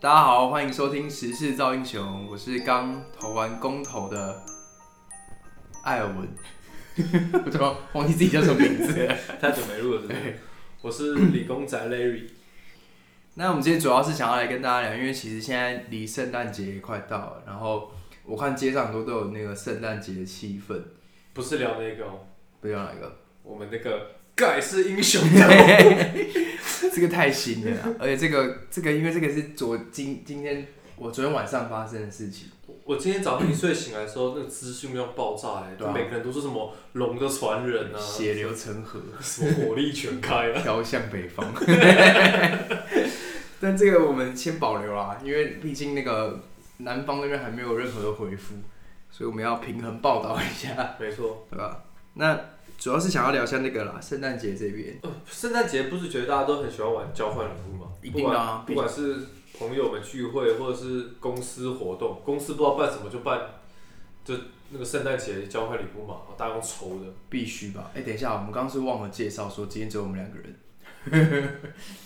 大家好，欢迎收听《时事造英雄》，我是刚投完公投的艾尔 文，我怎么忘记自己叫什么名字了？ 太久没录了，是不哎是？我是理工 宅 Larry，那我们今天主要是想要来跟大家聊，因为其实现在离圣诞节也快到了，然后我看街上很多都有那个圣诞节的气氛，不是聊那个、哦，不知道哪一 个，我们那个盖世英雄 的这个太新了啊啦，而且这个这个因为这个是昨今今天我昨天晚上发生的事情，我我今天早上一睡醒来的时候，那个资讯量爆炸哎、对啊就每个人都是什么龙的传人啊，血流成河。什么火力全开啊， 飘向北方。 但这个我们先保留啦，因为毕竟那个南方那边还没有任何的回复，所以我们要平衡报道一下， 没错。对吧？那主要是想要聊一下那个啦，圣诞节这边呃圣诞节不是觉得大家都很喜欢玩交换礼物吗？一定的啊不管不管是朋友们聚会，或者是公司活动，公司不知道办什么就办，就那个圣诞节交换礼物嘛，大家用抽的，必须吧？哎、等一下，我们刚刚是忘了介绍说今天只有我们两个人，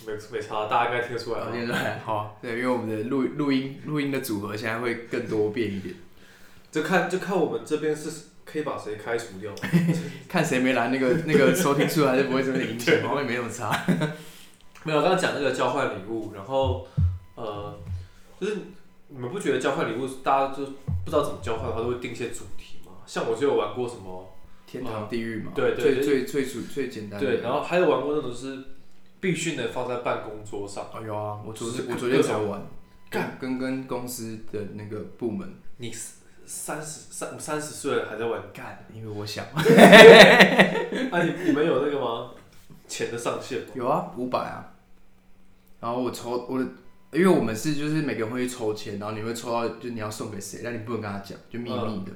没没差，大家应该听得出来吧聊？天出来好啊，对，因为我们的录录音录音的组合现在会更多变一点，就看就看我们这边是可以把谁开除掉。 看谁没来，那个 那个收听数还是不会这么影响，好像也没什么差。没有，刚刚讲那个交换礼物，然后呃，就是你们不觉得交换礼物大家就不知道怎么交换的话，都会定一些主题吗？像我就有玩过什么，天堂地狱嘛，对对最最最主最简单的。对，然后还有玩过那种就是必须能放在办公桌上。哦，有啊，我昨就是天我各昨天各才种玩，干跟跟公司的那个部门，你三十三三十岁了还在玩干，因为我想啊你你们有那个吗？钱的上限吗？有啊，五百啊，然后我抽我的，因为我们是就是每个人会去抽签，然后你会抽到就你要送给谁，但你不能跟他讲，就秘密的。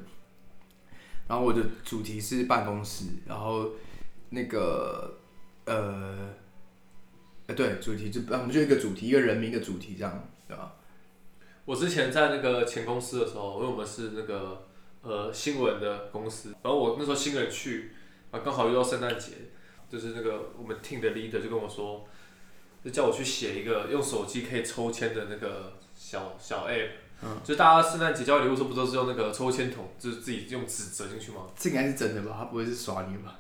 然后我的主题是办公室，然后那个呃，呃对，主题就我们就一个主题，一个人名的主题这样，对吧？我之前在那个前公司的时候，因为我们是那个呃新闻的公司，然后我那时候新人去，啊刚好遇到圣诞节，就是那个我们 team 的 leader 就跟我说，就叫我去写一个用手机可以抽签的那个小小 app，、就大家圣诞节交换礼物的时候不都是用那个抽签筒，就是自己用纸折进去吗？这应该是真的吧？他不会是耍你吧？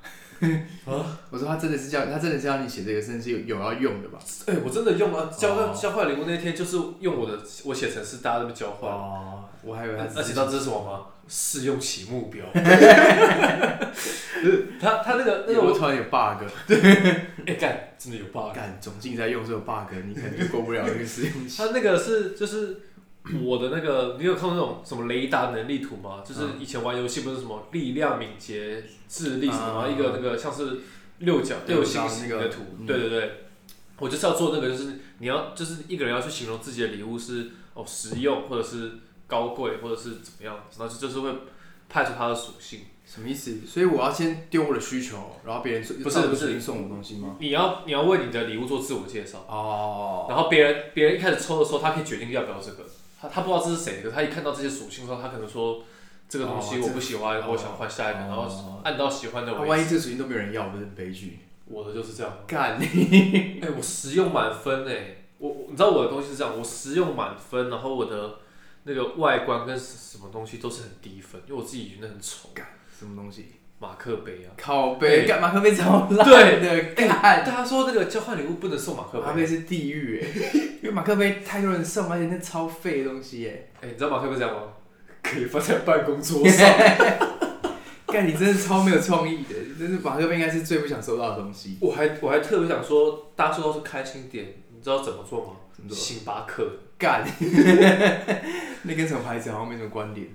啊 我说他真的是叫他真的是要你写这个，甚至有有要用的吧？哎、我真的用了交换、哦交换礼物那天，就是用我的我写程式，大家那边交换。哦，我还以为他而且只你是知道这是什么吗？试用期目 标。他他那个那个我我突然有 bug，哎干、真的有 bug。干总经理在用这个 bug，你可能就过不了那个试用期。 他那个是就是我的那个，你有看过那种什么雷达能力图吗？就是嗯以前玩游戏不是什么力量、敏捷、智力什么，嗯一个那个像是六角对六我知道星形那个的图嗯，对对对。我就是要做那个，就是你要就是一个人要去形容自己的礼物是哦实用，或者是高贵，或者是怎么样，然后就就是会派出它的属性。什么意思？所以我要先丢我的需求，然后别人说不是照着不是属性送我东西吗？你要你要为你的礼物做自我介绍，哦，然后别人别人一开始抽的时候，他可以决定要不要这个，他他不知道这是谁的，他一看到这些属性的时候，他可能说这个东哦西这我不喜欢，哦我想换下一个，然哦后按到喜欢的那为啊万一止。这个属性都没有人要，不是很悲剧？我的就是这样，干， 哎、我实用满分哎、我我你知道我的东西是这样，我实用满分，然后我的那个外观跟什么东西都是很低分，因为我自己觉得很丑，什么东西？马克杯啊，靠背，哎干嘛？靠背超烂的，干。大家说那个交换礼物不能送马克马克杯，杯是地狱哎、 因为马克杯太多人送，而且那超废的东西哎、哎、你知道马克杯怎样吗？可以放在办公 桌上。 干你真的超没有创意的，真是马克杯应该是最不想收到的东西。我还我还特别想说，大家说到是开心点，你知道怎么做吗？怎么做星巴克。干， 那跟什么牌子好像没什么关联。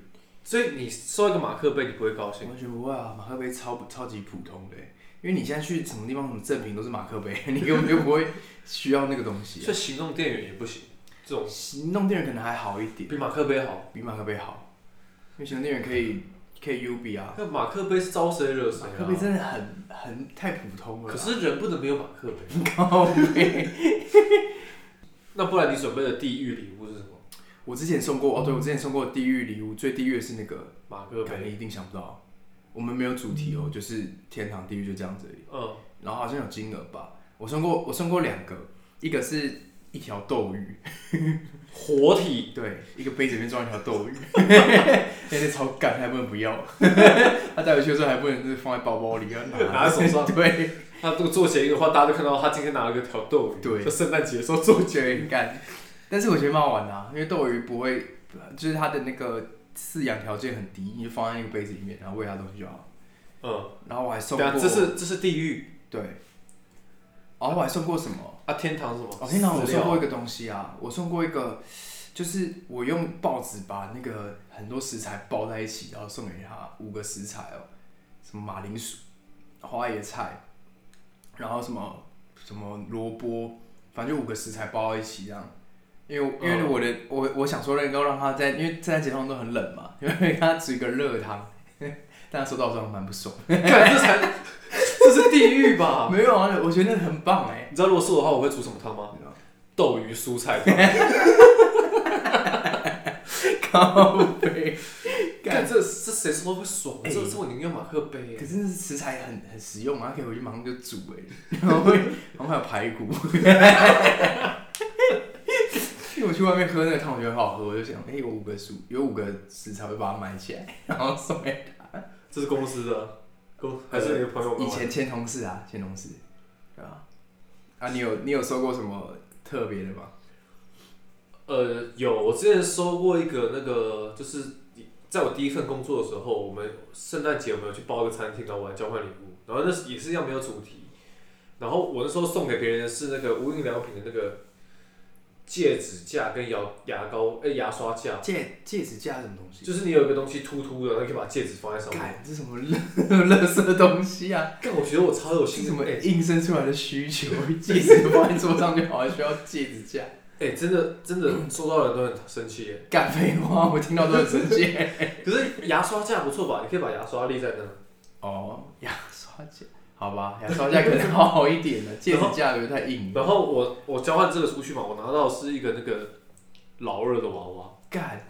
所以你收一个马克杯，你不会高兴。完全不会啊，马克杯超超级普通的欸、因为你现在去什么地方，什么赠品都是马克杯， 你根本就不会需要那个东西啊、所以行动电源也不行，这种行动电源可能还好一点，比马克杯好。比马克杯好，因为行动电源可以可以 U B 啊，那马克杯是招谁惹谁马克啊杯？真的很很太普通了啊。可是人不能没有马克杯。靠背。那不然你准备的地狱礼物是什么？我之前送嗯过哦，对我之前送过的地狱礼物，最地狱的是那个，马克干杯。你一定想不到。我们没有主题哦，就是天堂地狱就这样子而已。嗯，然后好像有金额吧，我送过我送过两个，一个是一条斗鱼，活体，对，一个杯子里面装一条斗鱼，那天超干，还不能不要。 他带回去的时候还不能就是放在包包里，要拿在手上 对他如果做起来一个话，大家都看到他今天拿了个条斗鱼，对就圣诞节的时候说做起来很干，但是我觉得蛮好玩的、啊，因为斗鱼不会，就是它的那个饲养条件很低，你就放在那个杯子里面，然后喂它东西就好了。嗯，然后我还送对过啊，，这是这是地狱对，然后我还送过什么？啊，天堂是什么？哦，天哪！我饲送料过一个东西啊，我送过一个，就是我用报纸把那个很多食材包在一起，然后送给他五个食材哦，什么马铃薯、花椰菜，然后什么什么萝卜，反正就五个食材包在一起这样。因为因为嗯我的、我我想说能够让他在，因为圣诞节通常都很冷嘛，因为给他煮一个热汤， 但他收到的时候蛮不爽。干这才这是地狱吧？没有啊，我觉得那很棒哎、 你知道如果是我的话，我会煮什么汤吗对啊？斗鱼蔬菜汤。靠背，干干这这谁说都会爽？哎这这我宁愿马克杯可耶。是食材很很实用啊嘛，它可以回去马上就煮哎、然后会，然后还有排骨。 因为我去外面喝那个汤，我觉得很好喝，我就想，哎、有五个蔬，有五个食材，我就把它买起来， 然后送给这是公司的，公还是你的朋友以们？前前同事啊，前同事，对吧、啊？你有你有收过什么特别的吗？呃，有，我之前收过一个那个，就是在我第一份工作的时候，我们圣诞节我们有去包一个餐厅，然后玩交换礼物，然后那是也是一样没有主题。然后我那时候送给别人的是那个无印良品的那个戒指架跟牙牙膏，哎、牙刷架，戒戒指架什么东西？就是你有一个东西凸凸的，然后可以把戒指放在上面。干，这什么乐乐 色东西啊？干，我觉得我超有是心什么哎、硬生出来的需求？戒指放在桌上就好，还需要戒指架？哎、真的真的收到的人都很生气耶、干废话，我听到都很生 气。可是牙刷架不错吧？你可以把牙刷立在那。哦，牙刷架，好吧，牙刷架可能好一点了，戒指架有点太硬了。然后我我交换这个出去嘛，我拿到的是一个那个老二的娃娃，干，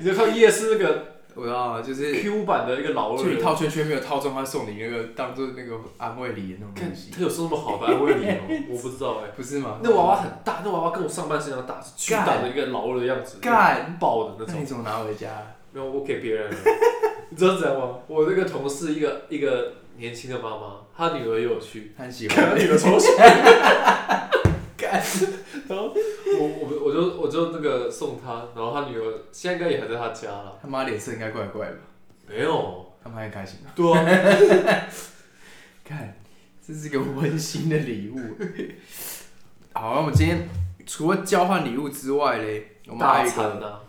你就看夜市那个我知道，就是 Q 版的一个老就你二，套圈圈没有套中，他送你那个当做那个安慰礼的那种看东西，他有送那么好的安慰 礼吗？我不知道哎、不是吗？那娃娃很大，那娃娃跟我上半身一样大，是巨大的一个老二的样子，干，爆的那那种你。怎么拿回家？没有，我给别人了。 你知道怎样吗？我那个同事一个一个年轻的妈妈，她女儿也有去，很喜看欢她女儿超喜欢。 干，然后我我我就我就那个送她，然后她女儿现在应该也还在她家了。他妈脸色应该怪怪吧？没有，他妈很开心吧？对啊，看，这是个温馨的礼物。 好，那我们今天除了交换礼物之外嘞，我们还有一个餐呐、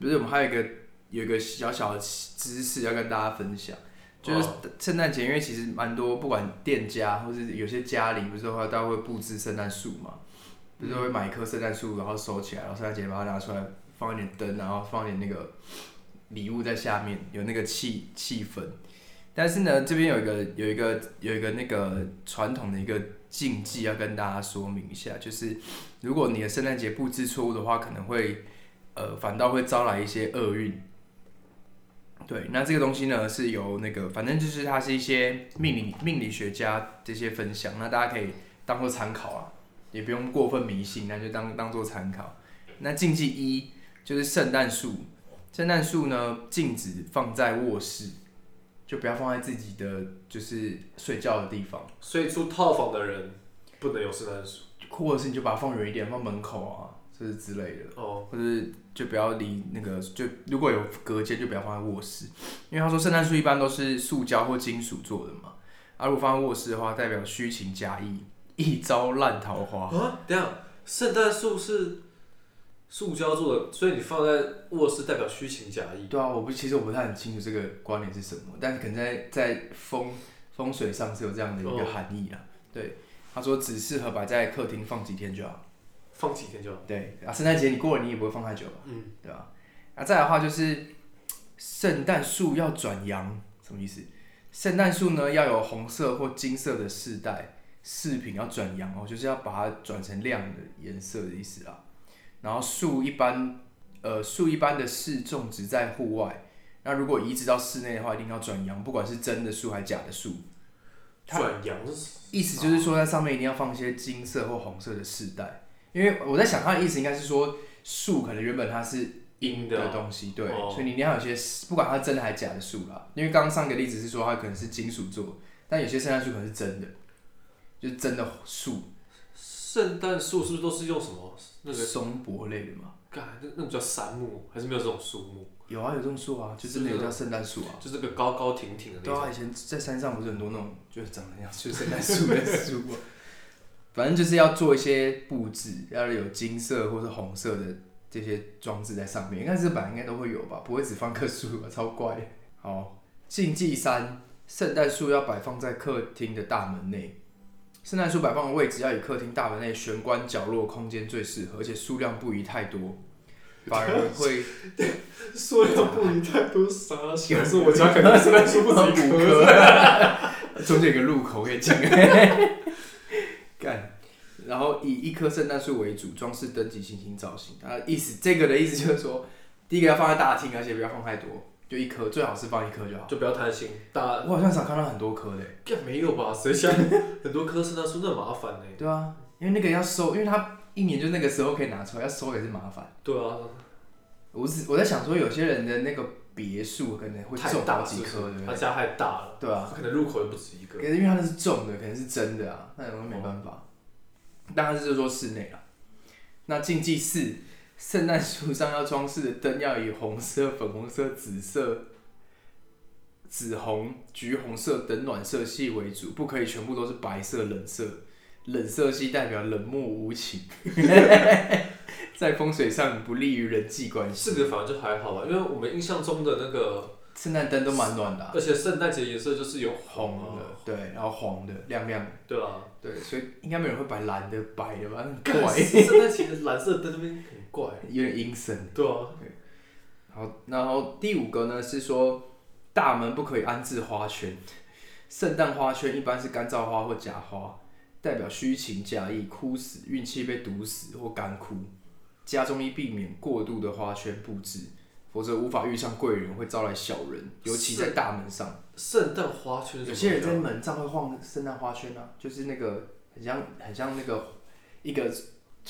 不是，我们还有一个有一个小小的知识要跟大家分享，就是圣诞节，因为其实蛮多不管店家或是有些家里，不是的话，大家会布置圣诞树嘛，不是会买一棵圣诞树，然后收起来，然后圣诞节把它拿出来，放一点灯，然后放一点那个礼物在下面，有那个气气氛。但是呢，这边有一个有一个有一个那个传统的一个禁忌要跟大家说明一下，就是如果你的圣诞节布置错误的话，可能会呃，反倒会招来一些厄运。对，那这个东西呢，是由那个，反正就是它是一些命理命理学家这些分享，那大家可以当做参考啊，也不用过分迷信，那就当当做参考。那禁忌一就是圣诞树，圣诞树呢禁止放在卧室，就不要放在自己的就是睡觉的地方。所以住套房的人不能有圣诞树或者是你就把它放远一点，放门口啊，就是之类的，哦。或者是就不要离那个，就如果有隔间就不要放在卧室，因为他说圣诞树一般都是塑胶或金属做的嘛，啊，如果放在卧室的话，代表虚情假意，一招烂桃花。啊，等一下，圣诞树是塑胶做的，所以你放在卧室代表虚情假意。对啊，我不其实我不太很清楚这个观点是什么，但可能在在风风水上是有这样的一个哦含义啊。对，他说只适合摆在客厅放几天就好。放几天就好。对啊，圣诞节你过了你也不会放太久吧？嗯，对吧、啊？再来的话就是，圣诞树要转阳，什么意思？圣诞树呢要有红色或金色的饰带，饰品要转阳哦，就是要把它转成亮的颜色的意思啊。然后树一般，呃，树一般的是种植在户外，那如果移植到室内的话，一定要转阳，不管是真的树还是假的树。它转阳是意思就是说，在上面一定要放一些金色或红色的饰带，因为我在想他的意思应该是说树可能原本它是阴的的哦东西，对，哦所以你一定要有些不管它真的还假的树啦，因为刚刚上个例子是说它可能是金属做，但有些圣诞树可能是真的，就是真的树，啊圣诞树是不是都是用什么那个？松柏类的嘛，干，那那种叫杉木，还是没有这种树木？有啊，有这种树啊，就真的有叫圣诞树啊。就是那个高高挺挺的那对种。啊，以前在山上不是很多那种，就是长得像就是圣诞树的树啊，反正就是要做一些布置，要有金色或是红色的这些装置在上面。应该是本来应该都会有吧，不会只放棵树吧，超怪的。哦好，禁忌三，圣诞树要摆放在客厅的大门内。圣诞树摆放的位置要以客厅大门内玄关角落空间最适合，而且数量不宜太多，反而会塑料布一太多啥？可是我家可能圣诞树不止一五棵。颗，中间有个入口可以进。干，然后以一棵圣诞树为主，装饰灯及星星造型。啊，意思这个的意思就是说，第一个要放在大厅，而且不要放太多，就一颗，最好是放一颗就好。就不要贪心，大我好像常看到很多颗的欸、干没有吧？谁想很多棵圣诞树那麻烦呢、对啊，因为那个要收，因为它一年就那个时候可以拿出来，要收也是麻烦。对啊，我只我在想说，有些人的那个别墅可能会太种大好了几是不颗，是对不他对？家太大了，对啊，可能入口也不止一个可。是因为它那是重的，可能是真的啊，那我们没办法。但它是就说室内啊。那禁忌四，圣诞树上要装饰的灯要以红色、粉红色、紫色、紫红、橘红色等暖色系为主，不可以全部都是白色冷色。冷色系代表冷漠无情，在风水上不利于人际关系。这个反正就还好吧，因为我们印象中的那个，圣诞灯都蛮暖的、啊，而且圣诞节颜色就是有红啊的，对，然后黄的，亮亮的。对啊，对，所以应该没有人会摆蓝的、白的吧？很干怪，圣诞节的蓝色灯那边很怪，有点阴森。对啊，好，然后第五个呢是说，大门不可以安置花圈。圣诞花圈一般是干燥花或假花，代表虚情假意、枯死、运气被毒死或干枯。家中应避免过度的花圈布置，否则无法遇上贵人，会招来小人，尤其在大门上。圣诞花圈是什么有些人在门上会晃圣诞花圈啊，就是那个很像很像那个一个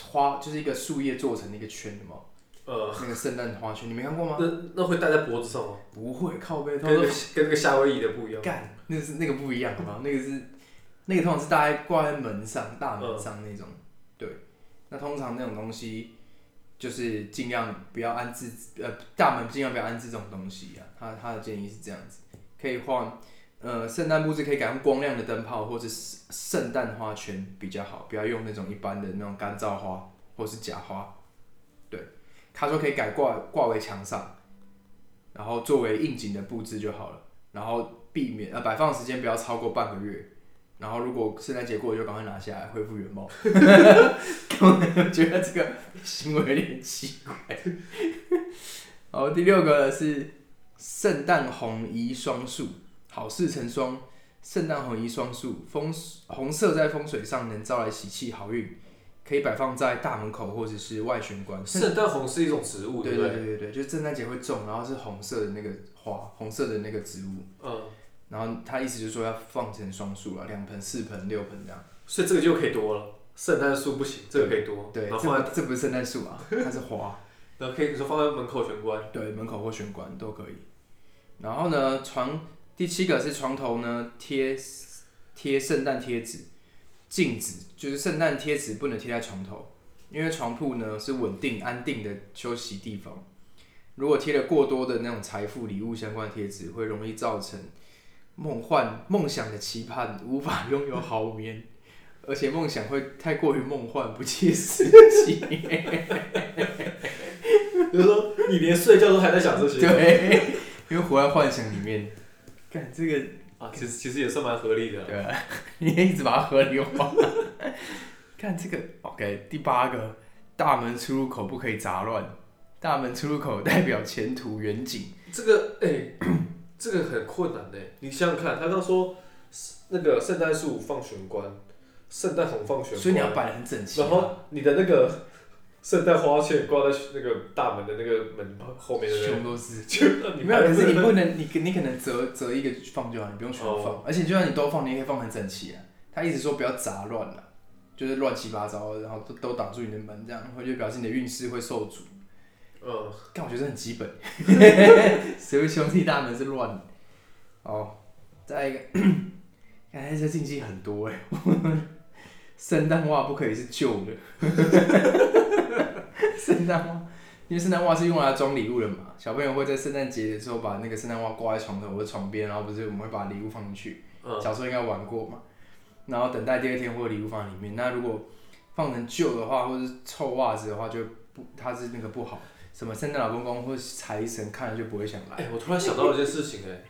花，就是一个树叶做成的一个圈的嘛，呃，那个圣诞花圈，你没看过吗？那那会戴在脖子上吗？不会，靠背，他跟那说个跟那个夏威夷的不一样。干，那是那个不一样，好不好？那个是那个通常是大概挂在门上、大门上那种，对。那通常那种东西就是尽量不要安置，呃，大门尽量不要安置这种东西啊。他他的建议是这样子，可以换，呃，圣诞布置可以改用光亮的灯泡或者是圣诞花圈比较好，不要用那种一般的那种干燥花或是假花。对，他说可以改挂挂为墙上，然后作为应景的布置就好了。然后避免呃摆放时间不要超过半个月，然后如果圣诞节过了就赶快拿下来恢复原貌。 我觉得这个行为有点奇怪。好，第六个是圣诞红移双数，好事成双。圣诞红移双数，风红色在风水上能招来喜气好运，可以摆放在大门口或者是外玄关。甚圣诞红是一种植物，对不对对？对对对，就是圣诞节会种，然后是红色的那个花，红色的那个植物。嗯，然后他意思就是说要放成双数了，两盆、四盆、六盆这样。所以这个就可以多了。圣诞树不行，这个可以多，对，然后这放在不这不是圣诞树啊，它是花，然后可以你说放在门口玄 关，对，门口或玄关都可以。然后呢，床第七个是床头呢贴贴圣诞贴纸，镜子就是圣诞贴纸不能贴在床头，因为床铺呢是稳定安定的休息地方。如果贴了过多的那种财富礼物相关的贴纸，会容易造成梦幻梦想的期盼无法 拥有好眠，而且梦想会太过于梦幻不切实际。就是说你连睡觉都还在想这些 对，因为活在幻想里面。看这个，啊，其实其实也算蛮合理的。对啊， 你也一直把它合理化。 看这个，OK，第八个，大门出入口不可以杂乱。大门出入口代表前途远景，这个哎、 这个很困难哎、你想想看，他刚说那个圣诞树放玄关，圣诞红放玄关，所以你要摆的很整齐啊。然后你的那个圣诞花圈挂在那个大门的那个门后面的那个，全部都是。就你没有，可是你不不能，你你可能折折一个放就好，你不用全放。而且就算你都放，你也可以放很整齐啊。他一直说不要杂乱了、就是乱七八糟的，然后都都挡住你的门，这样会就表示你的运势会受阻。 嗯，但我觉得很基本， 谁会兄弟大门是乱的？哦，再一个， 哎，这禁忌很多哎， 圣诞袜不可以是旧的， 圣诞袜，因为圣诞袜是用来装礼物的嘛，小朋友会在圣诞节的时候把那个圣诞袜挂在床头或者床边，然后不是我们会把礼物放进去。嗯，小时候应该玩过嘛，然后等待第二天或礼物放里面。那如果放成旧的话，或者是臭袜子的话，就不它是那个不好。什么圣诞老公公或是财神看了就不会想来。哎、我突然想到了一件事情、哎，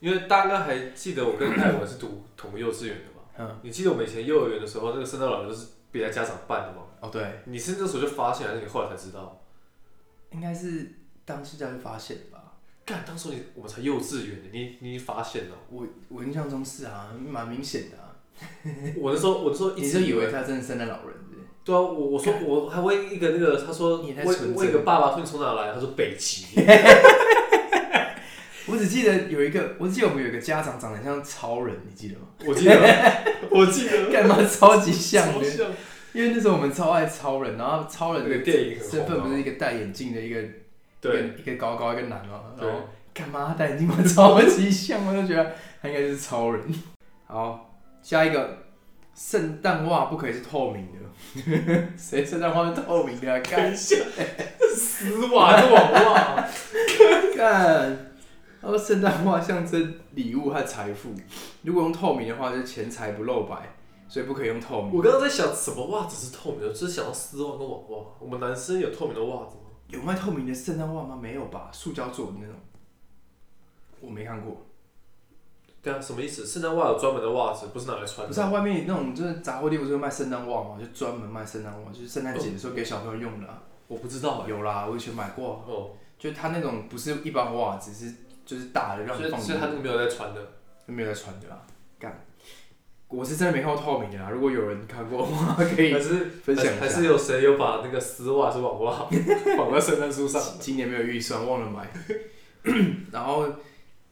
因为大家应该还记得我跟艾文是读 同个幼稚园的嘛。嗯，你记得我们以前幼儿园的时候，那个圣诞老人都是别的家长扮的吗？哦对，你是那时候就发现，还是你后来才知道？应该是当时家就发现吧。干，当时你我们才幼稚园呢，欸你你发现 了？我我印象中是啊，蛮明显的、啊。我那时候我那时候一你直是以为他真的圣诞老人是不是？对啊，我我说我还问一个那个，他说你太纯问真问一个爸爸说你从哪来，他说北 极。我只记得有一个，我只记得我们有一个家长长得像超人，你记得吗？ 我记得，我记得，干嘛超级像超的？像因为那时候我们超爱超人，然后超人那的个电影很身份红啊不是一个戴眼镜的一个对，一个一个高高一个男哦、对然后干嘛他戴眼镜嘛，超级像，我就觉得他应该就是超人。好，下一个，圣诞袜不可以是透明的， 谁圣诞袜是透明的、啊？干很像 丝袜这网袜，干，然后圣诞袜象征礼物和财富，如果用透明的话，就是钱财不露白，所以不可以用透明。我刚刚在想什么袜子是透明的，就是想到丝袜跟网袜。我们男生有透明的袜子吗？有卖透明的圣诞袜吗？没有吧，塑胶做的那种，我没看过。对啊，什么意思？圣诞袜有专门的袜子，不是拿来穿不的。是啊，外面那种就是杂货店不是会卖圣诞袜吗？就专门卖圣诞袜，就是圣诞节的时候给小朋友用的啊、我不知道哎、有啦，我以前买过啊，哦，就它那种不是一般袜子，是就是大的让所你以放所以他那着，个没有在穿的。就没有在穿的啦。干，我是真的没看过透明的啦。如果有人看过的话， 可以还是分享一下还是有谁有把那个丝袜是 网袜绑在圣诞树上？今年没有预算，忘了买。 然后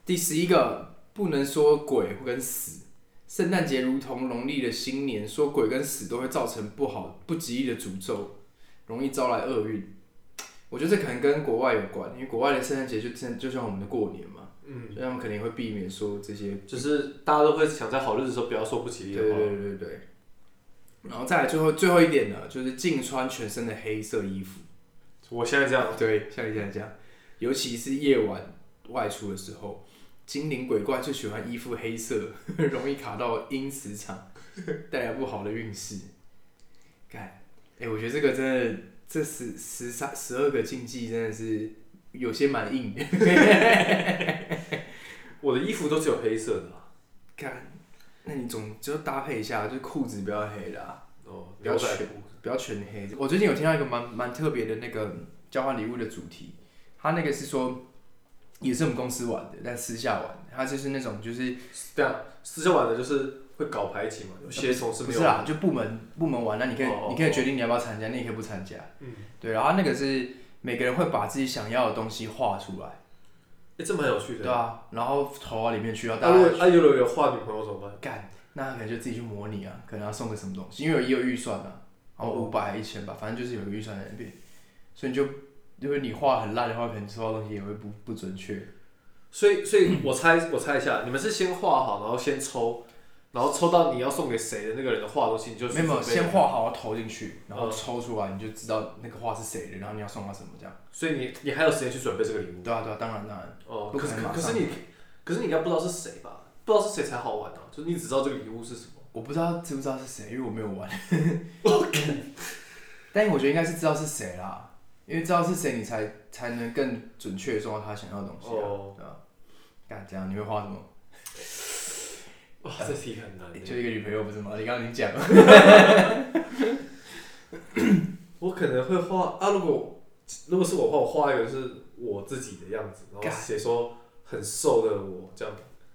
第十一个，不能说鬼跟死。圣诞节如同农历的新年，说鬼跟死都会造成不好、不吉利的诅咒，容易招来厄运。我觉得这可能跟国外有关，因为国外的圣诞节就真就像我们的过年嘛，嗯，所以他们肯定会避免说这些就是大家都会想在好日子的时候不要说不哦吉利对的话。对对对。然后再来最后最后一点呢，就是禁穿全身的黑色衣服。我现在这样，对，像你现在这样，尤其是夜晚外出的时候，精灵鬼怪就喜欢衣服黑色， 容易卡到阴磁场， 带来不好的运势。看，哎、我觉得这个真的，这十十三十二个禁忌真的是有些蛮硬的。 我的衣服都只有黑色的啊、看，那你总就搭配一下，就裤子不要黑啦。哦，不要牛仔选裤。不要全黑。我最近有听到一个蛮蛮特别的那个交换礼物的主题，他那个是说，也是我们公司玩的，但私下玩的。他就是那种就是对啊，私下玩的就是会搞排挤嘛，有些同事不没是啊有。啦，就部门部门玩，那你可以哦哦你可以决定你要不要参加，你也可以不参加。嗯，对，然后那个是每个人会把自己想要的东西画出来，哎、这蛮有趣对的。啊，然后投到里面去，然后那大如家果啊，有有有画女朋友怎么办？干，那可能就自己去模拟啊，可能要送个什么东西，因为有也有预算啊，然后五百一千吧，反正就是有个预算在那边，所以你就因为你画很烂的话，可能收到东西也会不不准确。所以，所以我猜，我猜一下，你们是先画好，然后先抽，然后抽到你要送给谁的那个人的画的东西，你就没有没有，准备先画好投进去，然后嗯抽出来，你就知道那个画是谁的，然后你要送他什么这样。所以你你还有时间去准备这个礼物。对啊对啊，当然当然，哦，不可是可能啊马可上是你，可是你应该不知道是谁吧？不知道是谁才好玩啊！就是你只知道这个礼物是什么。我不知道知不知道是谁，因为我没有 玩。但我觉得应该是知道是谁啦，因为知道是谁，你才才能更准确地送到他想要的东西啊，哦对啊。干这样你会画什么？哇，这题很难欸。就一个女朋友不是吗？你刚刚已经讲 了，我可能会画啊，如果如果是我画，我画一个是我自己的样子，然后干写说很瘦的我这样。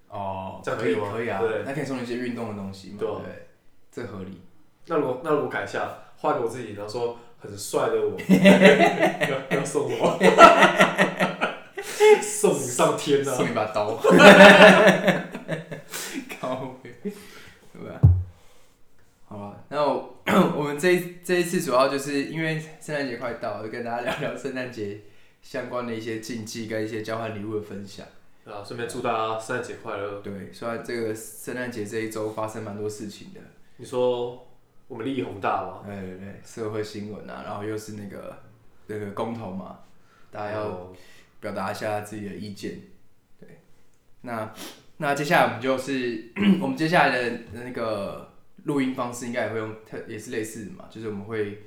哦这样可以可以吗可以啊对，那可以送你一些运动的东西嘛？对啊对，这合理。那如果那如果改一下，画给我自己，然后说很帅的我， 要要送我， 送你上天啊呐、送一把刀， 啊靠背，对吧？好了，那我 这一这一次主要就是因为圣诞节快到了，就跟大家聊聊圣诞节相关的一些禁忌跟一些交换礼物的分享。对啊，顺便祝大家圣诞节快乐。对，虽然这个圣诞节这一周发生蛮多事情的，你说我们利益宏大吗？对对对，哎社会新闻啊，然后又是那个那个公投嘛，大家要哦表达一下自己的意见。对，那那接下来我们就是 我们接下来的那个录音方式，应该也会用特也是类似的嘛，就是我们会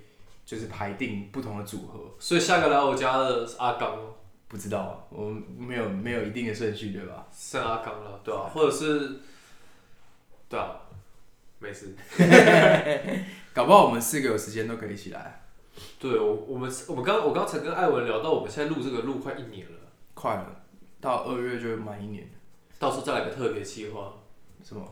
就是排定不同的组合。所以下个来我家的是阿刚哦，不知道啊，我们没有没有一定的顺序，对吧？剩阿刚了，对啊，或者是，对啊，没事。搞不好我们四个有时间都可以一起来，对我，我们我们刚我刚才跟艾文聊到，我们现在录这个录快一年了，快了，到二月就会满一年，到时候再来个特别计划，什么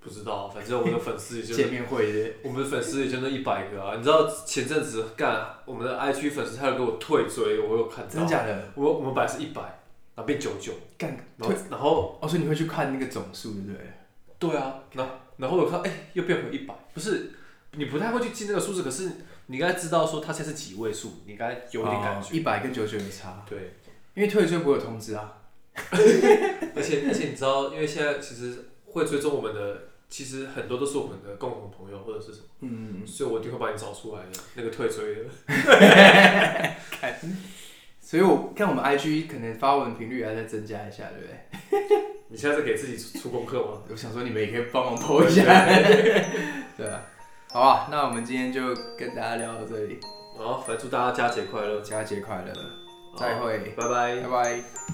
不知道，反正我们的粉丝也 就见面会对不对我们的粉丝也就那一百个啊。你知道前阵子干我们的 IG 粉丝，他有给我退追，我有看真到，假的？我我们本来是一百，然后变九九，干然后对，然后哦，所以你会去看那个总数，对不对？对啊，然后然后我看，哎、又变回一百，不是，你不太会去记那个数字，可是你应该知道说它现在是几位数，你应该有一点感觉。哦一百跟九九有差，对，因为退追不会有通知啊。而且而且你知道，因为现在其实会追踪我们的，其实很多都是我们的共同朋友或者是什么，嗯，所以我一定会把你找出来的，那个退追的。所以我看我们 IG 可能发文频率还在增加一下，对不对？你现在是给自己出出功课吗？我想说你们也可以 帮忙 PO 一下， 对啊。好啊，那我们今天就跟大家聊到这里，好，反正祝大家佳节快乐，佳节快乐，再会，拜拜拜。拜。